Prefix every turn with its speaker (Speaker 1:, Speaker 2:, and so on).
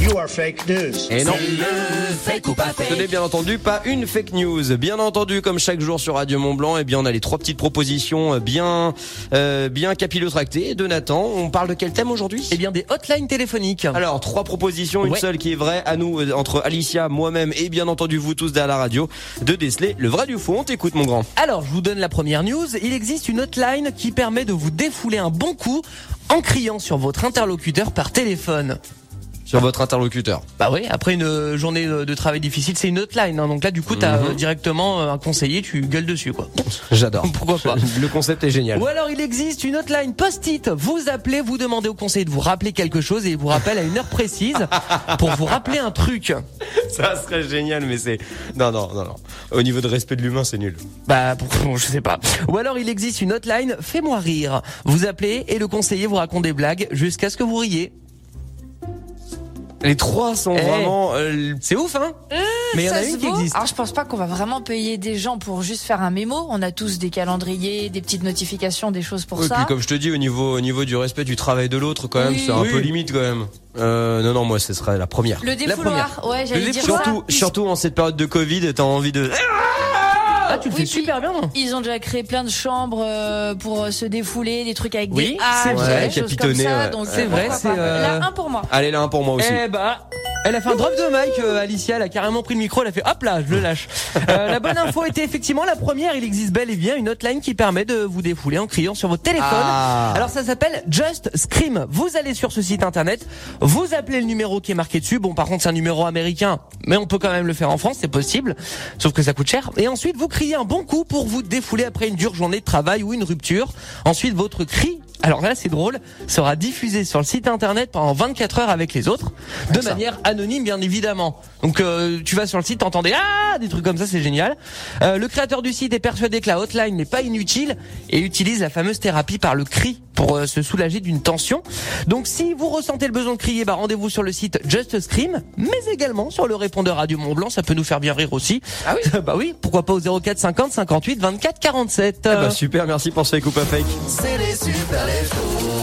Speaker 1: You are fake news.
Speaker 2: Et non,
Speaker 3: Fake ou pas
Speaker 2: ce n'est bien entendu pas une fake news. Bien entendu, comme chaque jour sur Radio Mont Blanc, eh bien on a les trois petites propositions euh, bien, euh, bien capillotractées de Nathan. On parle de quel thème aujourd'hui
Speaker 3: Eh bien, des hotlines téléphoniques.
Speaker 2: Alors, trois propositions, une
Speaker 3: Ouais.
Speaker 2: seule qui est vraie, à nous, euh, entre Alicia, moi-même et bien entendu vous tous derrière la radio, de déceler le vrai du faux. On t'écoute, mon grand.
Speaker 3: Alors, je vous donne la première news. Il existe une hotline qui permet de vous défouler un bon coup en criant sur votre interlocuteur par téléphone.
Speaker 2: Sur votre interlocuteur.
Speaker 3: Bah oui, après une euh, journée de de travail difficile, c'est une hotline. hein. Donc là, du coup, t'as
Speaker 2: Mhm.
Speaker 3: euh, directement euh, un conseiller, tu gueules dessus, quoi.
Speaker 2: J'adore.
Speaker 3: Pourquoi pas
Speaker 2: Le concept est génial.
Speaker 3: Ou alors il existe une hotline post-it. Vous appelez, vous demandez au conseiller de vous rappeler quelque chose et il vous rappelle à une heure précise pour vous rappeler un truc.
Speaker 2: Ça serait génial, mais c'est... Non, non, non, non. Au niveau de respect de l'humain, c'est nul.
Speaker 3: Bah, pour- bon, je sais pas. Ou alors il existe une hotline fais-moi rire. Vous appelez et le conseiller vous raconte des blagues jusqu'à ce que vous riez.
Speaker 4: Ah,
Speaker 2: Les trois sont
Speaker 3: Eh.
Speaker 2: vraiment... euh,
Speaker 3: C'est ouf, hein Mais il y en
Speaker 4: Ça
Speaker 3: a
Speaker 4: se
Speaker 3: une qui
Speaker 4: vaut.
Speaker 3: existe.
Speaker 4: Alors je pense pas qu'on va vraiment payer des gens pour juste faire un mémo. On a tous des calendriers, des petites notifications, des choses pour
Speaker 2: Et
Speaker 4: ça.
Speaker 2: puis comme je te dis, au niveau, au niveau du respect du travail de l'autre, quand même,
Speaker 4: Oui.
Speaker 2: c'est un
Speaker 3: Oui.
Speaker 2: peu limite quand même. Euh, non, non, moi, ce serait la première.
Speaker 4: Le défouloir, ouais, j'allais dire
Speaker 2: Surtout,
Speaker 4: ça.
Speaker 2: surtout en cette période de Covid, t'as envie de...
Speaker 3: Ah, tu le
Speaker 4: Oui,
Speaker 3: fais
Speaker 4: puis-
Speaker 3: super bien, non
Speaker 4: Ils ont déjà créé plein de chambres euh, pour euh, se défouler, des trucs avec
Speaker 3: Oui,
Speaker 4: des
Speaker 3: c'est
Speaker 4: haches,
Speaker 3: vrai,
Speaker 4: des choses comme
Speaker 2: capitonner,
Speaker 4: ça.
Speaker 2: ouais.
Speaker 4: Donc
Speaker 3: C'est
Speaker 4: euh,
Speaker 3: vrai,
Speaker 4: pourquoi
Speaker 3: c'est,
Speaker 4: pas.
Speaker 3: euh,
Speaker 4: Là, un pour moi.
Speaker 2: Allez, là, un pour moi aussi.
Speaker 3: Eh bah, elle a fait un drop de mic, euh, Alicia. Elle a carrément pris le micro. Elle a fait hop là, je le lâche. Euh, la bonne info était effectivement la première. Il existe bel et bien une hotline qui permet de vous défouler en criant sur votre téléphone.
Speaker 2: Ah.
Speaker 3: Alors ça s'appelle Just Scream. Vous allez sur ce site internet, vous appelez le numéro qui est marqué dessus. Bon, par contre, c'est un numéro américain, mais on peut quand même le faire en France, c'est possible. Sauf que ça coûte cher. Et ensuite, vous criez un bon coup pour vous défouler après une dure journée de travail ou une rupture. Ensuite, votre cri. Alors là, c'est drôle, sera diffusé sur le site internet pendant 24 heures avec les autres, de manière anonyme bien évidemment. Donc euh, tu vas sur le site, t'entends des ah des trucs comme ça, c'est génial. Euh, le créateur du site est persuadé que la hotline n'est pas inutile et utilise la fameuse thérapie par le cri pour euh, se soulager d'une tension. Donc si vous ressentez le besoin de crier, bah rendez-vous sur le site Just Scream, mais également sur le répondeur Radio Mont Blanc, ça peut nous faire bien rire aussi. Ah oui Bah oui, pourquoi pas au 04 50 58 24 47. Ah
Speaker 4: ben.
Speaker 2: Eh bah, super, merci ben, pour ce fake ou pas fake.
Speaker 5: C'est les super les fous.